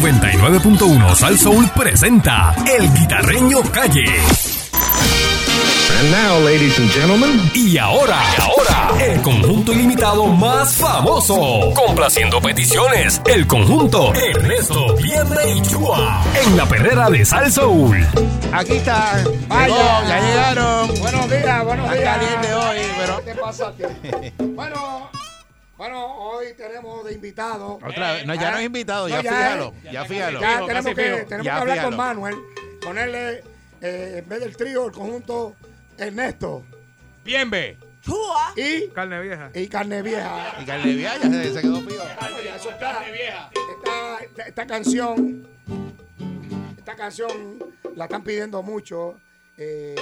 99.1 Sal Soul presenta El Guitarreño Calle. And now, ladies and gentlemen, Y ahora, y ahora, el conjunto ilimitado más famoso. Complaciendo peticiones, el conjunto Ernesto Vierne y Chua. En la perrera de Sal Soul. Aquí está. Vaya. Llegó, ya llegaron. Buenos días, buenos Está días. caliente hoy, pero- ¿Qué te pasa a ti? Bueno, bueno, hoy tenemos de invitado. Otra vez. No, ya no es invitado, ya No, ya fíjalo. es. Ya fíjalo. Ya fijo, tenemos casi que, fijo. tenemos Ya que hablar fíjalo. con Manuel, ponerle eh, en vez del trío el conjunto Ernesto Bienve. y, Carne vieja. y Carne Vieja. Y Carlevia ya se, se Eh, quedó pío. Oye, eso está- esta- esta- esta canción, esta canción la están pidiendo mucho. eh,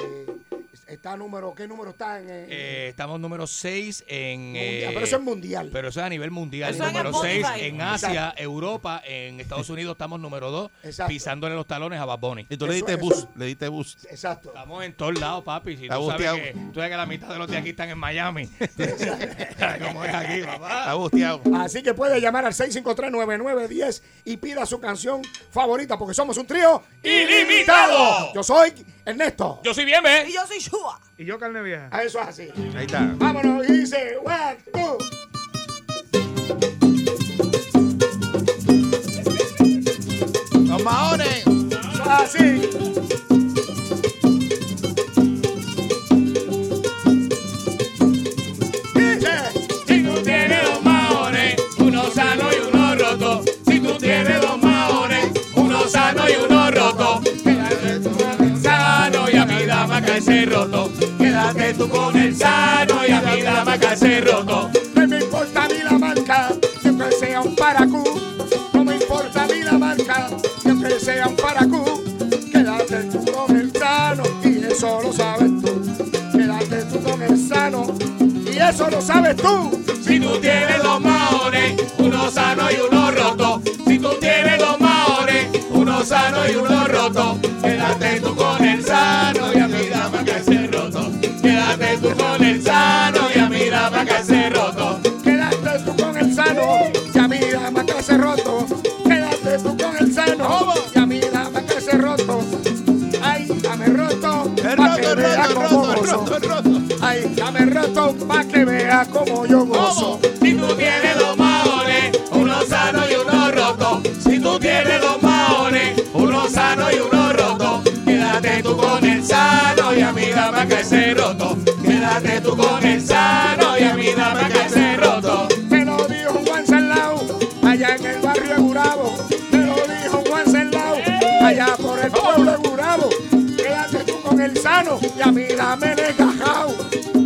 está número, ¿qué número está en? en- Eh, estamos número 6 en. Mundial, eh, pero eso es mundial. pero eso es a nivel mundial. Eso es en número Spotify. 6 en Asia, Europa, en Estados Unidos estamos número 2, Exacto. pisándole los talones a Bad Bunny. Y tú le Eso- diste eso- bus, le diste bus. Exacto. Estamos en todos lados, papi. Si Está tú sabes, busteado. que, tú sabes que la mitad de los de aquí están en Miami. ¿Cómo es aquí, papá? Está busteado. Así que puede llamar al 653-9910 y pida su canción favorita, porque somos un trío ilimitado. Yo soy Ernesto. Yo soy Bienve. Y yo soy Shua. Y yo carne vieja. A eso es así. Ahí está. Vámonos, y dice, one, two. Los maones. Eso es así. Dice, Si tú tienes dos maones, uno sano y uno roto. Si tú tienes dos maones, uno sano y uno roto. Quédate tú con el sano y a mi dama calce roto. Quédate tú con el sano y a mi dama calce roto. No me importa a mí la marca, siempre sea un paracú. No me importa a mí la marca, siempre sea un paracú. Quédate tú con el sano y eso lo sabes tú. Quédate tú con el sano y eso lo sabes tú. Si tú tienes dos maones, uno sano y uno roto. Si tú tienes dos maones, uno sano y uno roto. Quédate tú con el sano y a mi dama calce roto. Quédate tú con el sano y a mi dama calce roto. Quédate tú con el sano y a mi dama que se roto. Quédate tú con el sano y a mi dama que se roto. Ay, dame roto, Es pa' roto, que es vea roto, cómo es roto, gozo. es roto, es roto. Ay, dame roto, pa' que vea cómo yo gozo. Si tú tienes dos maones, uno sano y uno roto. Si tú tienes dos maones, uno sano y uno roto. Quédate tú con el sano y a mi dama que se roto. Quédate tú con el sano y a mi dama que se roto. Me lo dijo Juan Salao, allá en el barrio de Gurabo. Me lo dijo Juan Salao, allá por el pueblo de Gurabo. Quédate tú con el sano y a mí dame el cajao.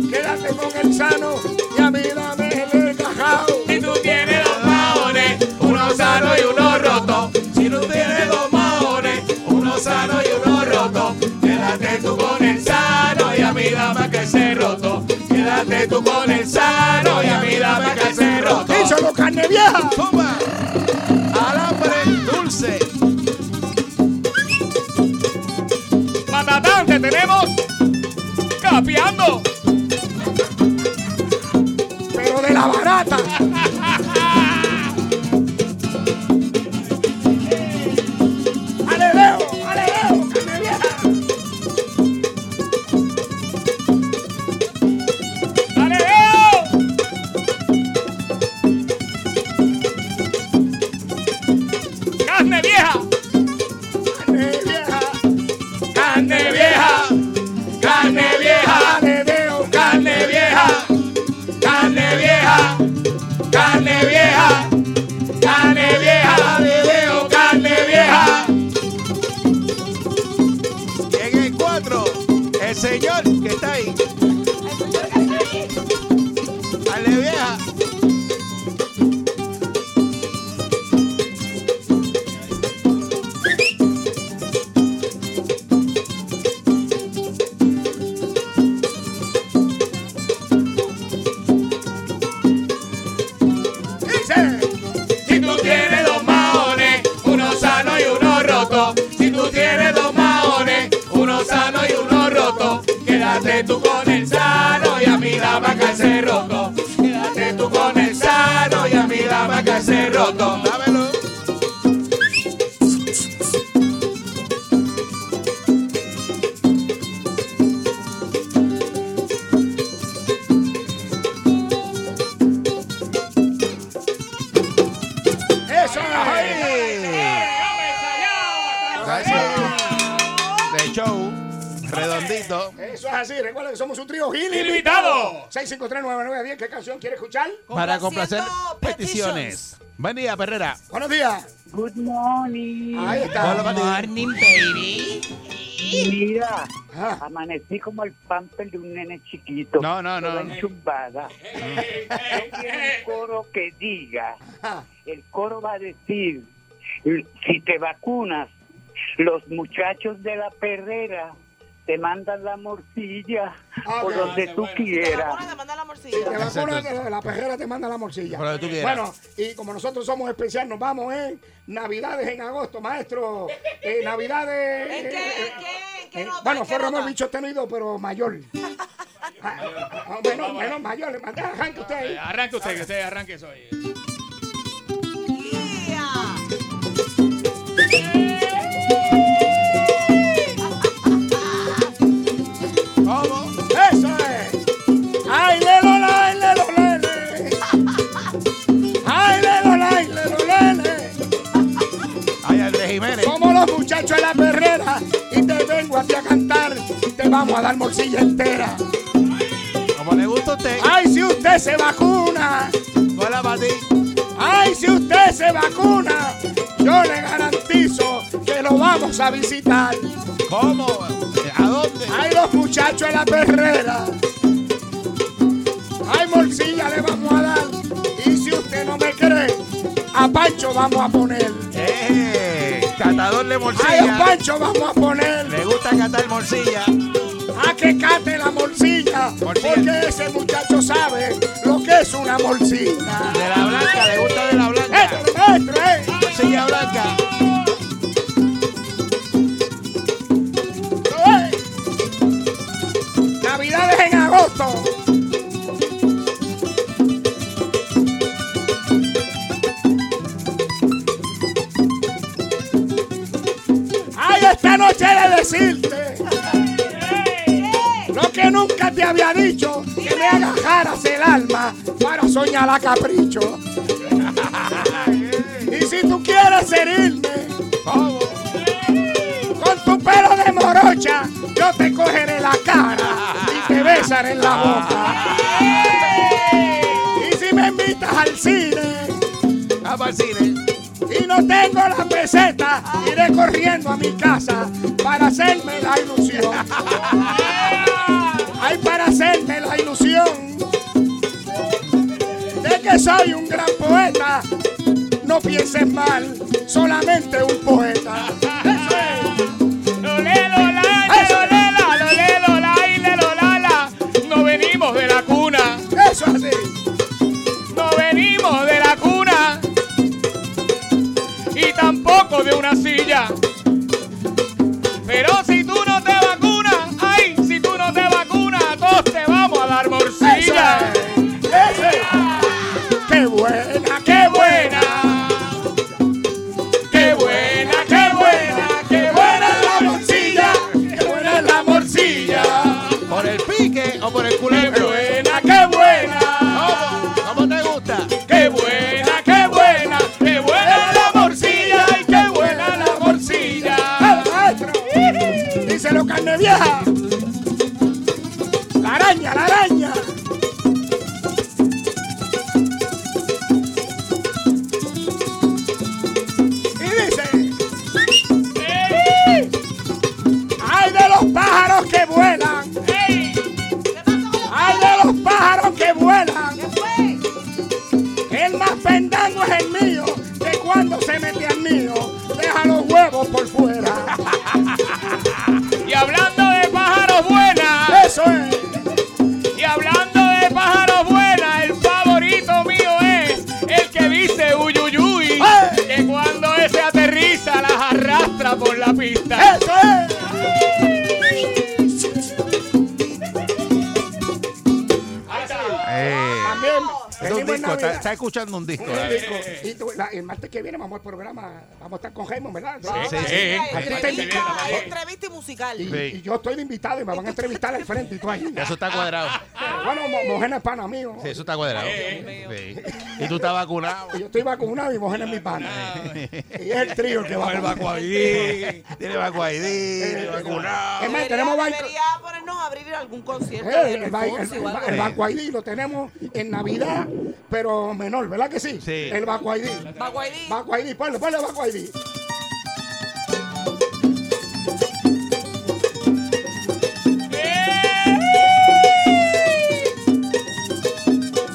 Quédate con el sano y a mí dame el cajao. Si tú tienes dos maones, uno sano y uno roto. Si tú tienes dos maones, uno sano y uno roto. Quédate tú con el sano y a mi dama que se roto. Quédate tú con el sano y a mi dama que se roto. Díselo, carne vieja. Zumba. Alambre dulce. Matatán, te tenemos capeando. pero de la barata. ¡Aleleo! ¡Aleleo! ¡Carne vieja! ¡Aleo! ¡Carne vieja! ¡Carne vieja! Carne vieja, carne vieja, ¡Aleleo! carne vieja, carne vieja, carne vieja, carne vieja, video, carne vieja. Llega el cuatro. El señor que está ahí. Carlevia. ¡Dice! Si tú tienes dos maones, uno sano y uno roto. Si tú tienes dos maones, uno sano y uno roto. Quédate tú con el sano y a mi dama que se roto. Quédate tú con el sano y a mi dama que se roto. Dámelo. De show. Redondito. Eso es así, recuerda que somos un trío Gil Ilimitado. 6539910, ¿qué canción quiere escuchar? Para complacer Complaciendo peticiones. Buen día, Perrera. Buenos días. Good morning. Ahí Hola, está. Pati. Morning, baby. Mira, Ah. amanecí como el pamper de un nene chiquito. No, no, no. Toda enchumbada. No tiene un coro que diga. Ah. El coro va a decir, si te vacunas, los muchachos de la perrera te mandan la morcilla Ah, o ok. donde tú quieras. Vacuna, te manda la Si te morcilla. vacunas, eh, la la perrera te manda la morcilla. Por lo que tú quieras. Bueno, y como nosotros somos especial, nos vamos en Navidades en agosto, maestro. Eh, Navidades. ¿En qué- eh, en qué- en qué eh, nota, bueno, en qué fue Romeo nota? Bicho tenido, pero mayor. Ah, ah, Menos, menos mayor. Le mandé arranque usted ahí. Arranque usted, que usted arranque eso ahí. Yeah. ¿Cómo? ¡Eso es! ¡Ay, lelo, ay, lelo, lele! ¡Ay, lelo, ay, lelo, lele! Ay, Andrés Jiménez. Somos los muchachos de la perrera y te vengo aquí a cantar y te vamos a dar morcilla entera. Como le gusta a usted. ¡Ay, si usted se vacuna! Hola, Pati. ¡Ay, si usted se vacuna! Yo le garantizo que lo vamos a visitar. ¿Cómo? ¿A dónde? ¡Ay, los muchachos de la perrera! ¡Ay, morcilla le vamos a dar! Y si usted no me cree, a Pancho vamos a poner. ¡Eh! Catador de ¡Ay, a morcilla. Pancho vamos a poner! Le gusta catar morcilla. ¡A que cate la morcilla! Morcilla. Porque ese muchacho sabe lo que es una morcilla. De la blanca, le gusta de la blanca. ¡Esto, maestro, eh! Morcilla blanca. ¡Oye! Navidades en agosto. Ay, esta noche de decirte lo que nunca te había dicho, que me agajaras el alma para soñar a capricho. Y si tú quieres herirme, ¿Cómo? con tu pelo de morocha, yo te cogeré la cara y te besaré en la boca. Y si me invitas al cine A para el cine. y no tengo la peseta, iré corriendo a mi casa para hacerme la ilusión. Ay, para hacerme la ilusión de que soy un gran poeta. No pienses mal, solamente un poeta. Eso es. Eso. No venimos de la cuna, Eso es así. no venimos de la cuna y tampoco de una silla. Pero si tú no te vacunas, ay, si tú no te vacunas, todos te vamos a dar Eso morcilla. es. Eso es. ¡Qué buena, ¡Qué qué buena! buena! ¡Qué buena, qué buena, qué buena es la morcilla! ¡Qué buena es la morcilla! ¿Por el pique o por el ¡Qué culebro? ¿eh? buena, qué buena! ¿Cómo? ¿Cómo te gusta? ¡Qué buena, qué buena! ¡Qué buena la morcilla! ¡Ay, qué buena la morcilla! ¡Ah, maestro! Díselo, carne vieja. La araña, la araña. Y dice. "Eh, ¡Ay de los pájaros que vuelan! ¿Qué pasó con la- ¡Ay de los pájaros que vuelan! ¿Qué fue? El más pendango es el mío, que cuando se mete al mío, deja los huevos por fuera. Y hablando de pájaros buenas, Eso es. y hablando de pájaros buenas, el favorito mío es el que dice Uyuyuy, ¡Ay! que cuando ese aterriza las arrastra por la pista. Eso es. Ahí está. Eh, También. es un venimos en disco, está, Navidad. está escuchando un disco. Un dale. disco. Y tú, la- el martes que viene vamos al programa, vamos a estar con Raymond, ¿verdad? Sí, Vamos, sí. ahí, ahí, Aquí está entrevista, invitado. entrevista y musical. Y, Sí. y yo estoy de invitado y me van a entrevistar al frente y tú ahí. Eso está cuadrado. Bueno, Mo- Mojena es pana mío. Sí, eso está cuadrado. Sí. Y tú estás vacunado. Y Yo estoy vacunado y Mojena es mi pana. Y es el trío el que va Tiene vacuaidí, tiene vacuaidí, tiene vacunado. Es más, Debería- tenemos banco. debería ponernos a abrir algún concierto. Eh, de el, ba- el- Alfonso o algo el así. Banco ID lo tenemos en Navidad, pero menor, ¿verdad que sí? Sí. El Banco ID. Baguaidí. Banco ID, ponle, ponle Banco ID.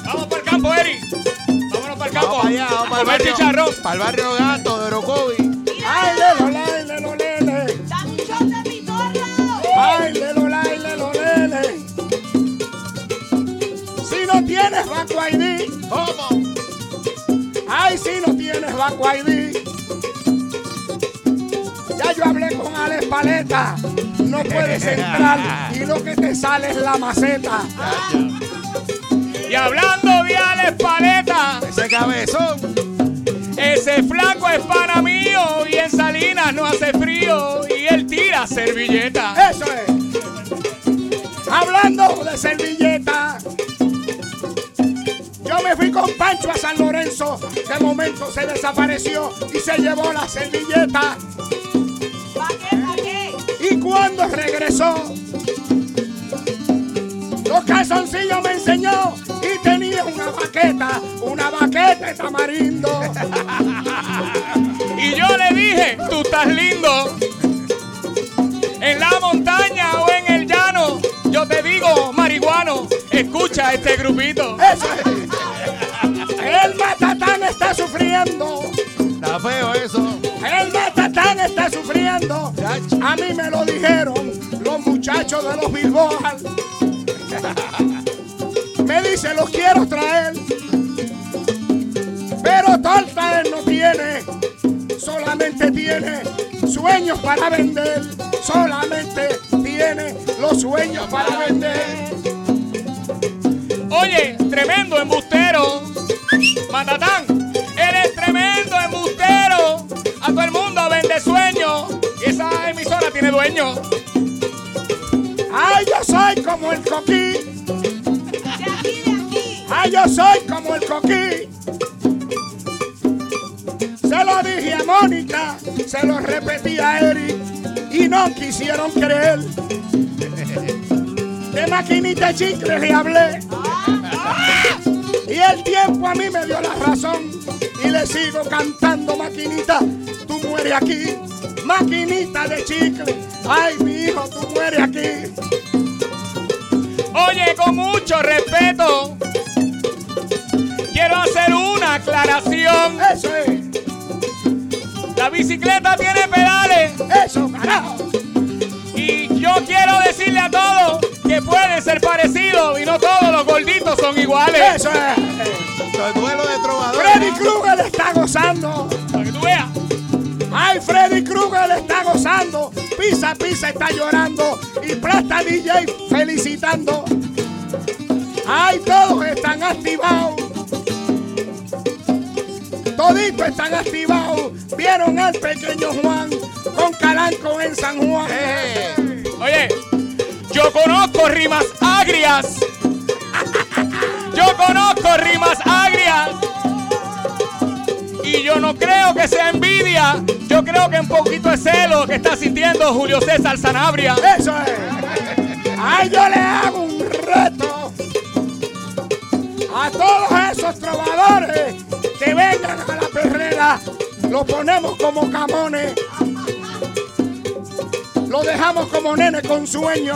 Vamos para el campo, Eri. Vámonos para el campo. Vamos para allá, vamos para el Comer barrio. chicharrón. Para el barrio Gato de Orocovi. ¡Ay, lelo, lay, lelo, lele! Dame un shot de pitorro. ¡Ay, lelo, lay, lelo, lele! Si no tienes Banco ID, ¿Cómo? ¡ay, si no tienes Banco ID! Ya yo hablé con Alex Paleta, no puedes entrar y lo que te sale es la maceta. Y hablando de Alex Paleta, Ese cabezón. ese flaco es para mío. Y en Salinas no hace frío. Y él tira servilleta. Eso es. Hablando de servilleta. Yo me fui con Pancho a San Lorenzo. De momento se desapareció y se llevó la servilleta. ¿Pa' qué? ¿Pa' qué? Y cuando regresó, los calzoncillos me enseñó y tenía una baqueta, una baqueta de tamarindo. Y yo le dije, tú estás lindo. En la montaña o en el llano, yo te digo, marihuano, Ah, escucha este grupito. Eso es. El matatán está sufriendo. Está feo eso. El Matatán está sufriendo. A mí me lo dijeron los muchachos de los Bilboas. Me dice, los quiero traer. Pero torta él no tiene. Solamente tiene sueños para vender. Solamente tiene los sueños para vender. Oye, tremendo embustero. Matatán, eres tremendo embustero. A todo el mundo vende sueños. Y esa emisora tiene dueño. Ay, yo soy como el coquí. De aquí, de aquí. Ay, yo soy como el coquí. Se lo dije a Mónica, se lo repetí a Eric y no quisieron creer. De maquinita de chicle le hablé. Y el tiempo a mí me dio la razón y le sigo cantando maquinita, tú mueres aquí. Maquinita de chicle, ay mi hijo, tú mueres aquí. Oye, con mucho respeto, quiero hacer una aclaración. Eso es, La bicicleta tiene pedales. eso, carajo. Y yo quiero decirle a todos que pueden ser parecidos y no todos los gorditos son iguales. Eso es. El duelo de Freddy trovadores. Krueger está gozando. Para que tú veas. Ay, Freddy Krueger está gozando. Pisa, pisa está llorando. Y Plata DJ felicitando. Ay, todos están activados. Toditos están activados. Vieron al pequeño Juan con Calanco en San Juan. Oye, yo conozco rimas agrias. Yo conozco rimas agrias. Y yo no creo que sea envidia. Yo creo que un poquito es celo que está sintiendo Julio César Sanabria. Eso es. Ay, yo le hago un reto a todos esos trovadores que vengan a la perrera. Lo ponemos como camones. Lo dejamos como nene con sueño.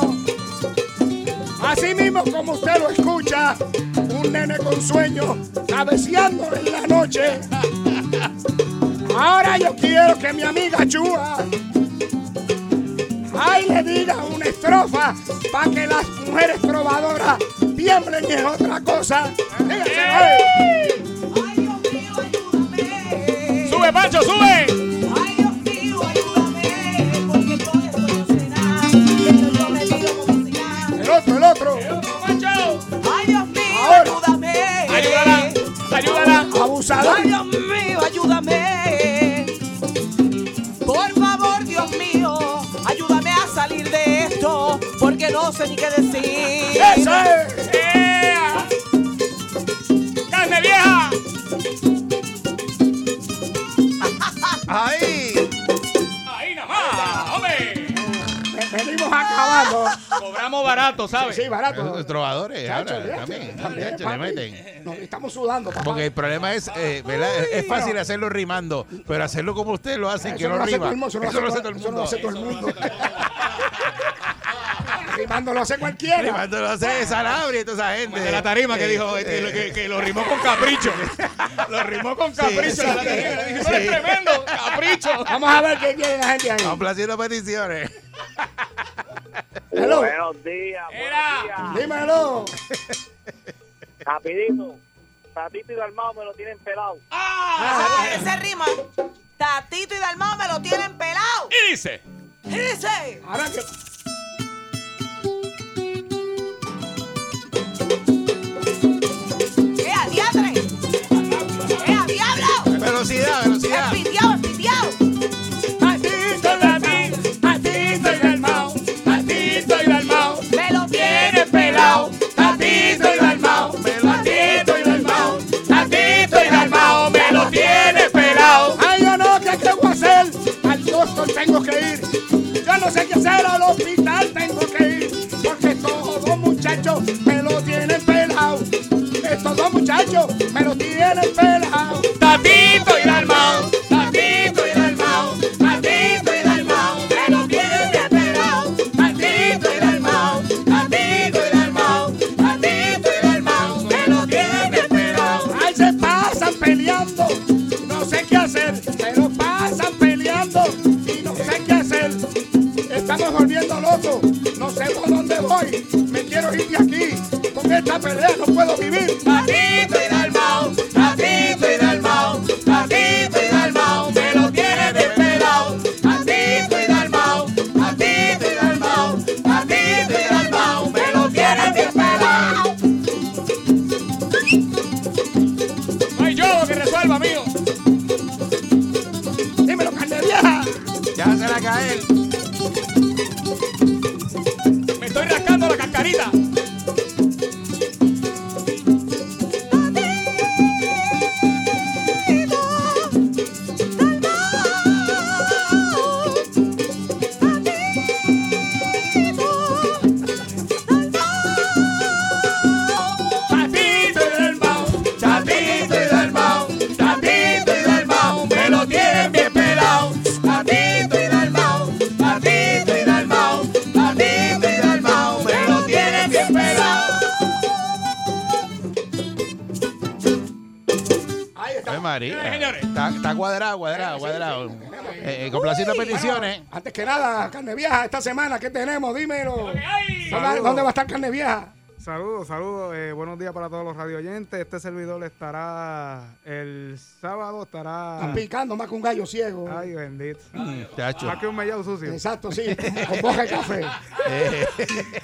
Así mismo como usted lo escucha, un nene con sueño, cabeceando en la noche. Ahora yo quiero que mi amiga Chua Ay, le diga una estrofa para que las mujeres probadoras tiemblen y es otra cosa. Dígaselo, eh. Ay, Dios mío, ayúdame. Sube, Pancho, sube. Ay, Dios mío, ayúdame. Porque todo esto no sé nada. Pero yo me miro como si nada. El otro, el otro. Pancho. Ay, Dios mío, Ahora. ayúdame. Ayúdala, ayúdala, no sé ni qué decir. ¡Esa es! ¡Ea! ¡Carne vieja! Ahí. ¡Ahí nada más! ¡Hombre! Ve- Venimos acabando. Cobramos barato, ¿sabes? Sí, barato. Los trovadores Chacho, ahora olvídate, también. también, chacho, le papi. meten. Nos estamos sudando, papá. Porque el problema es, eh, ¿verdad? es fácil hacerlo rimando, pero hacerlo como usted lo hace, y que Eso no lo hace rima. todo el mundo, eso lo Eso lo hace todo el eso lo mundo. hace todo el mundo. Rimando lo hace cualquiera. Rimando lo hace Sanabria y toda esa gente. De la tarima que Eh, dijo eh, este, lo- que, que lo rimó con capricho. Lo rimó con capricho. sí, en la tarima. Le dije, "Tú eres sí. tremendo, capricho. Vamos a ver qué tiene la gente ahí. Complaciendo peticiones. Hello. Buenos días, Era. buenos días. Dímelo. Rapidito. Tatito y Dalmao me lo tienen pelado. ¡Ah! Ah, Ese rima. Tatito y Dalmao me lo tienen pelado. Y dice. Y dice, Ahora que. ¡eh, a diatre! ¡Eh, a diablo! Velocidad, velocidad. ¡Envidiado, envidiado! Patito y Dalmao, Patito y Dalmao, Patito y Dalmao, ¡Me lo tiene tienen pelao, Patito y Dalmao, me lo Patito y Dalmao, Patito y Dalmao, me lo tiene pelao. Ay, yo no, ¿qué tengo que hacer? Al doctor tengo que ir. Yo no sé qué hacer, al hospital tengo que ir. Porque todos los muchachos me lo tienen pelado. Estos dos muchachos me lo tienen pelado. Tatito y Dalmao, Tatito y Dalmao, Tatito y Dalmao, me lo tiene pelao. Tatito y Dalmao, Tatito y Dalmao, Tatito y Dalmao, me lo tiene pelao. Ay, se pasan peleando. No sé qué hacer. Se lo pasan peleando. Y no sé qué hacer. Estamos volviendo locos. No sé por dónde voy. Me quiero ir de aquí. Con esta pelea no puedo vivir. Tatito y Dalmao, Tatito y Dalmao, Tatito y Dalmao, me lo tiene desvelado. Tatito y Dalmao, Tatito y Dalmao, Tatito y Dalmao, me lo tiene desvelado. No hay yo que resuelva, amigo. Dímelo, carne vieja. Ya se la cae. Me estoy rascando la cascarita. Tatito y Dalmao, Tatito y Dalmao, Tatito y Dalmao, me lo tienen bien pelado. Tatito y Dalmao, Tatito y Dalmao, Tatito y Dalmao, me lo tienen bien pelado. Ahí está. Ay, María. Eh, señores. Está, está cuadrado, cuadrado, cuadrado. Eh, eh, complaciendo peticiones. Antes que nada, carne vieja, esta semana, ¿qué tenemos? Dímelo. ¿Dónde, Saludos. dónde va a estar carne vieja? Saludos, saludos. eh, buenos días para todos los radioyentes. Este servidor estará el sábado, estará... Están picando más que un gallo ciego. Ah. Ay, bendito. Chacho. Más que un mellao sucio. Exacto, sí. Con boca de café. Eh,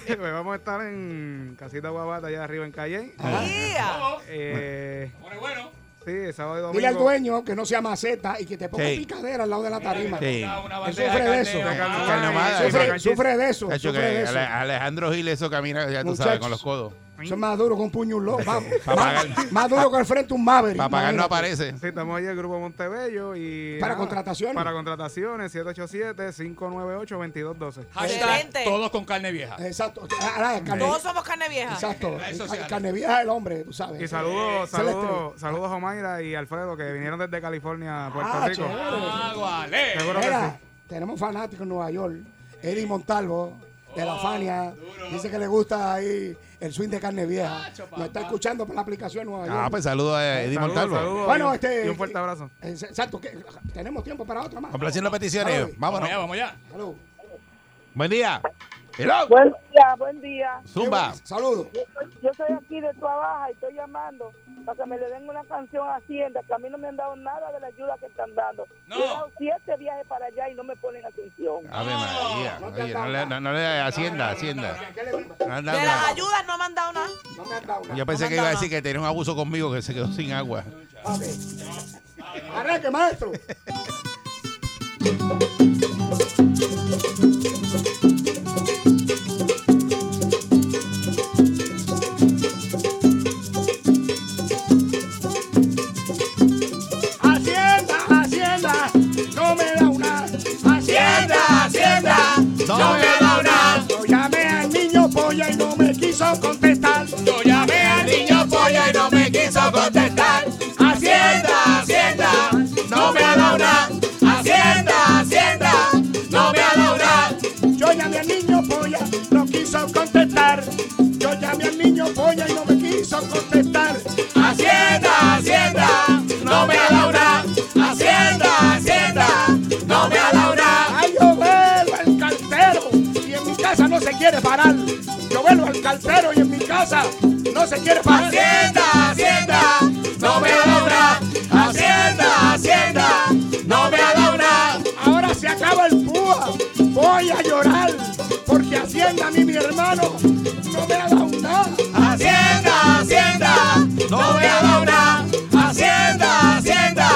Pues Vamos a estar en Casita Guabata, allá arriba en Calle. Ah. ¡Ea! Eh, bueno. sí, sábado y domingo. Dile al dueño que no sea maceta y que te ponga Sí. picadera al lado de la tarima. sí. Él sufre de eso. Ay, carne ahumada. Sufre, Ay, sufre de eso. Chacho, Sufre que de eso. Ale- Alejandro Gil, eso camina, ya tú sabes, Muchachos. con los codos. Eso es más duro que un puño un loco. Vamos. Pa' más, pagar. más duro que el frente un Maverick. Para pagar no imagínate. aparece. Sí, estamos ahí en el Grupo Montebello y... Para contrataciones. Para contrataciones, 787-598-2212. Excelente. Todos con carne vieja. Exacto. Ahora, carne- Todos somos carne vieja. Exacto. Eso sí, Ale. Carne vieja es el hombre, tú sabes. Y saludos, Eh, Celeste. saludos, saludos a Omaira y Alfredo que vinieron desde California a Puerto Ah, Rico. chévere. vale. Seguro que sí. Mira, tenemos fanáticos en Nueva York. Eddie Montalvo, de la Fania. Dice que le gusta ahí el swing de carne vieja. Nos está escuchando por la aplicación Nueva York. Ah, pues saludos a Eddie Saludos, Montalvo. saludos Bueno, y- este- y un fuerte abrazo. Exacto. que- Tenemos tiempo para otra más. Complaciendo peticiones. Ay. Vámonos. vamos ya. Salud. Buen día. Hello. Buen día, buen día. Zumba. Saludos. Yo soy, yo soy aquí de tu y estoy llamando para que me le den una canción a Hacienda, que a mí no me han dado nada de la ayuda que están dando. No. Yo He dado siete viajes para allá y no me ponen atención. Ave María. Oye, no le, no, no le Hacienda, Hacienda. ¿Qué le digo? No han dado De las nada. ayudas no me han dado nada. No me han dado nada. Yo pensé que iba a decir que tenía un abuso conmigo que se quedó sin agua. Ok. Arranque, maestro. quiso contestar. Yo llamé al niño pollo y no me quiso contestar. Hacienda, Hacienda, no me ha dado nada. Hacienda, Hacienda, no me ha dado nada. Yo llamé al niño polla, no quiso contestar. Yo llamé al niño polla y no me quiso contestar. Hacienda, Hacienda, no me ha dado nada. Hacienda, Hacienda, no me ha dado nada. Ay, yo vuelvo al cartero y en mi casa no se quiere parar. Yo vuelvo al cartero y en mi casa no se quiere parar. Hacienda, Hacienda, no me ha dado nada. Hacienda, Hacienda, no me ha dado nada. Ahora se acaba el púa. Voy a llorar porque Hacienda a mí, mi hermano, no me ha dado nada. Hacienda, Hacienda, no me ha dado nada. Hacienda, Hacienda,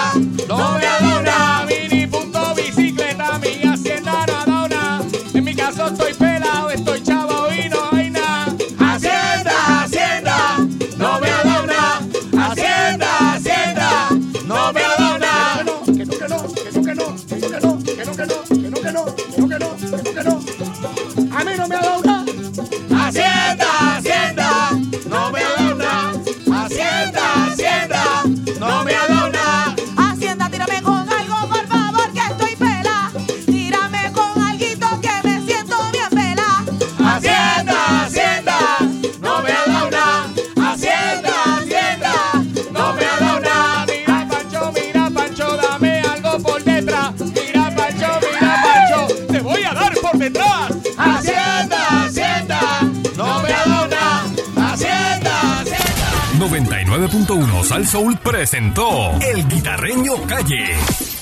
no me ha dado nada. Mini punto bicicleta, mi Hacienda no ha dado nada. En mi caso estoy pelado, estoy chavo y no hay nada. Hacienda, Hacienda, no me ha dado nada. Hacienda, Hacienda, no me ha dado nada. Que no, que no, que no, que no, que no, que no, que no, que no, que no, que no, que no, que no, que no, que no. A mí no me ha dado nada. Hacienda, Hacienda, no me ha dado nada. Hacienda, Hacienda, no me ha dado nada. Hacienda, tírame con algo, por favor, que estoy pela. Tírame con alguito que me siento bien pela. Hacienda, Hacienda, no me ha dado nada. Hacienda, Hacienda, no me ha dado nada. Mira, Pancho, mira, Pancho, dame algo por detrás. Mira, Pancho, mira, Pancho, te voy a dar por detrás. Hacienda, Hacienda, no me ha dado nada. Hacienda, Hacienda. 99.1 Sal Soul presentó El Guitarreño Calle.